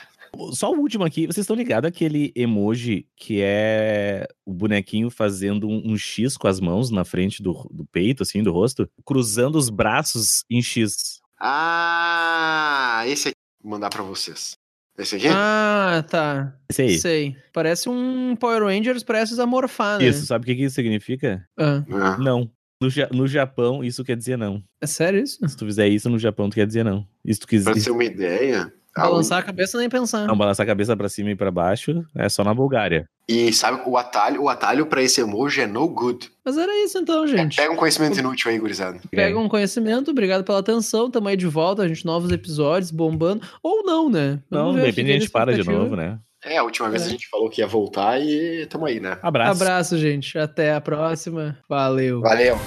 Speaker 3: Só o último aqui, vocês estão ligados aquele emoji que é o bonequinho fazendo um, um X com as mãos na frente do, do peito, assim, do rosto, cruzando os braços em X.
Speaker 2: Ah, esse aqui. Vou mandar pra vocês. Esse aqui?
Speaker 1: Ah, tá.
Speaker 3: Esse aí.
Speaker 1: Sei. Parece um Power Rangers prestes a morfar, né?
Speaker 3: Isso, sabe o que, que isso significa?
Speaker 1: Ah,
Speaker 2: Ah.
Speaker 3: Não. No, Ja- no Japão, isso quer dizer não.
Speaker 1: é sério isso?
Speaker 3: Se tu fizer isso no Japão, tu quer dizer não. E se tu quiser
Speaker 2: Pra ter uma ideia. tá um a
Speaker 1: Balançar a cabeça nem pensar.
Speaker 3: não balançar a cabeça pra cima e pra baixo, é só na Bulgária.
Speaker 2: E sabe o atalho? O atalho pra esse emoji é no good.
Speaker 1: Mas era isso então, gente.
Speaker 2: Pega um conhecimento inútil aí, gurizada.
Speaker 1: Pega um conhecimento, obrigado pela atenção. Tamo aí de volta, a gente novos episódios bombando. Ou não, né?
Speaker 3: Não,
Speaker 1: Vamos ver,
Speaker 3: de repente
Speaker 1: fica
Speaker 3: a gente para de
Speaker 1: expectativa.
Speaker 3: novo, né?
Speaker 2: É, a última vez
Speaker 1: É.
Speaker 2: a gente falou que ia voltar e tamo aí, né?
Speaker 3: Abraço.
Speaker 1: Abraço, gente. Até a próxima. Valeu.
Speaker 2: Valeu.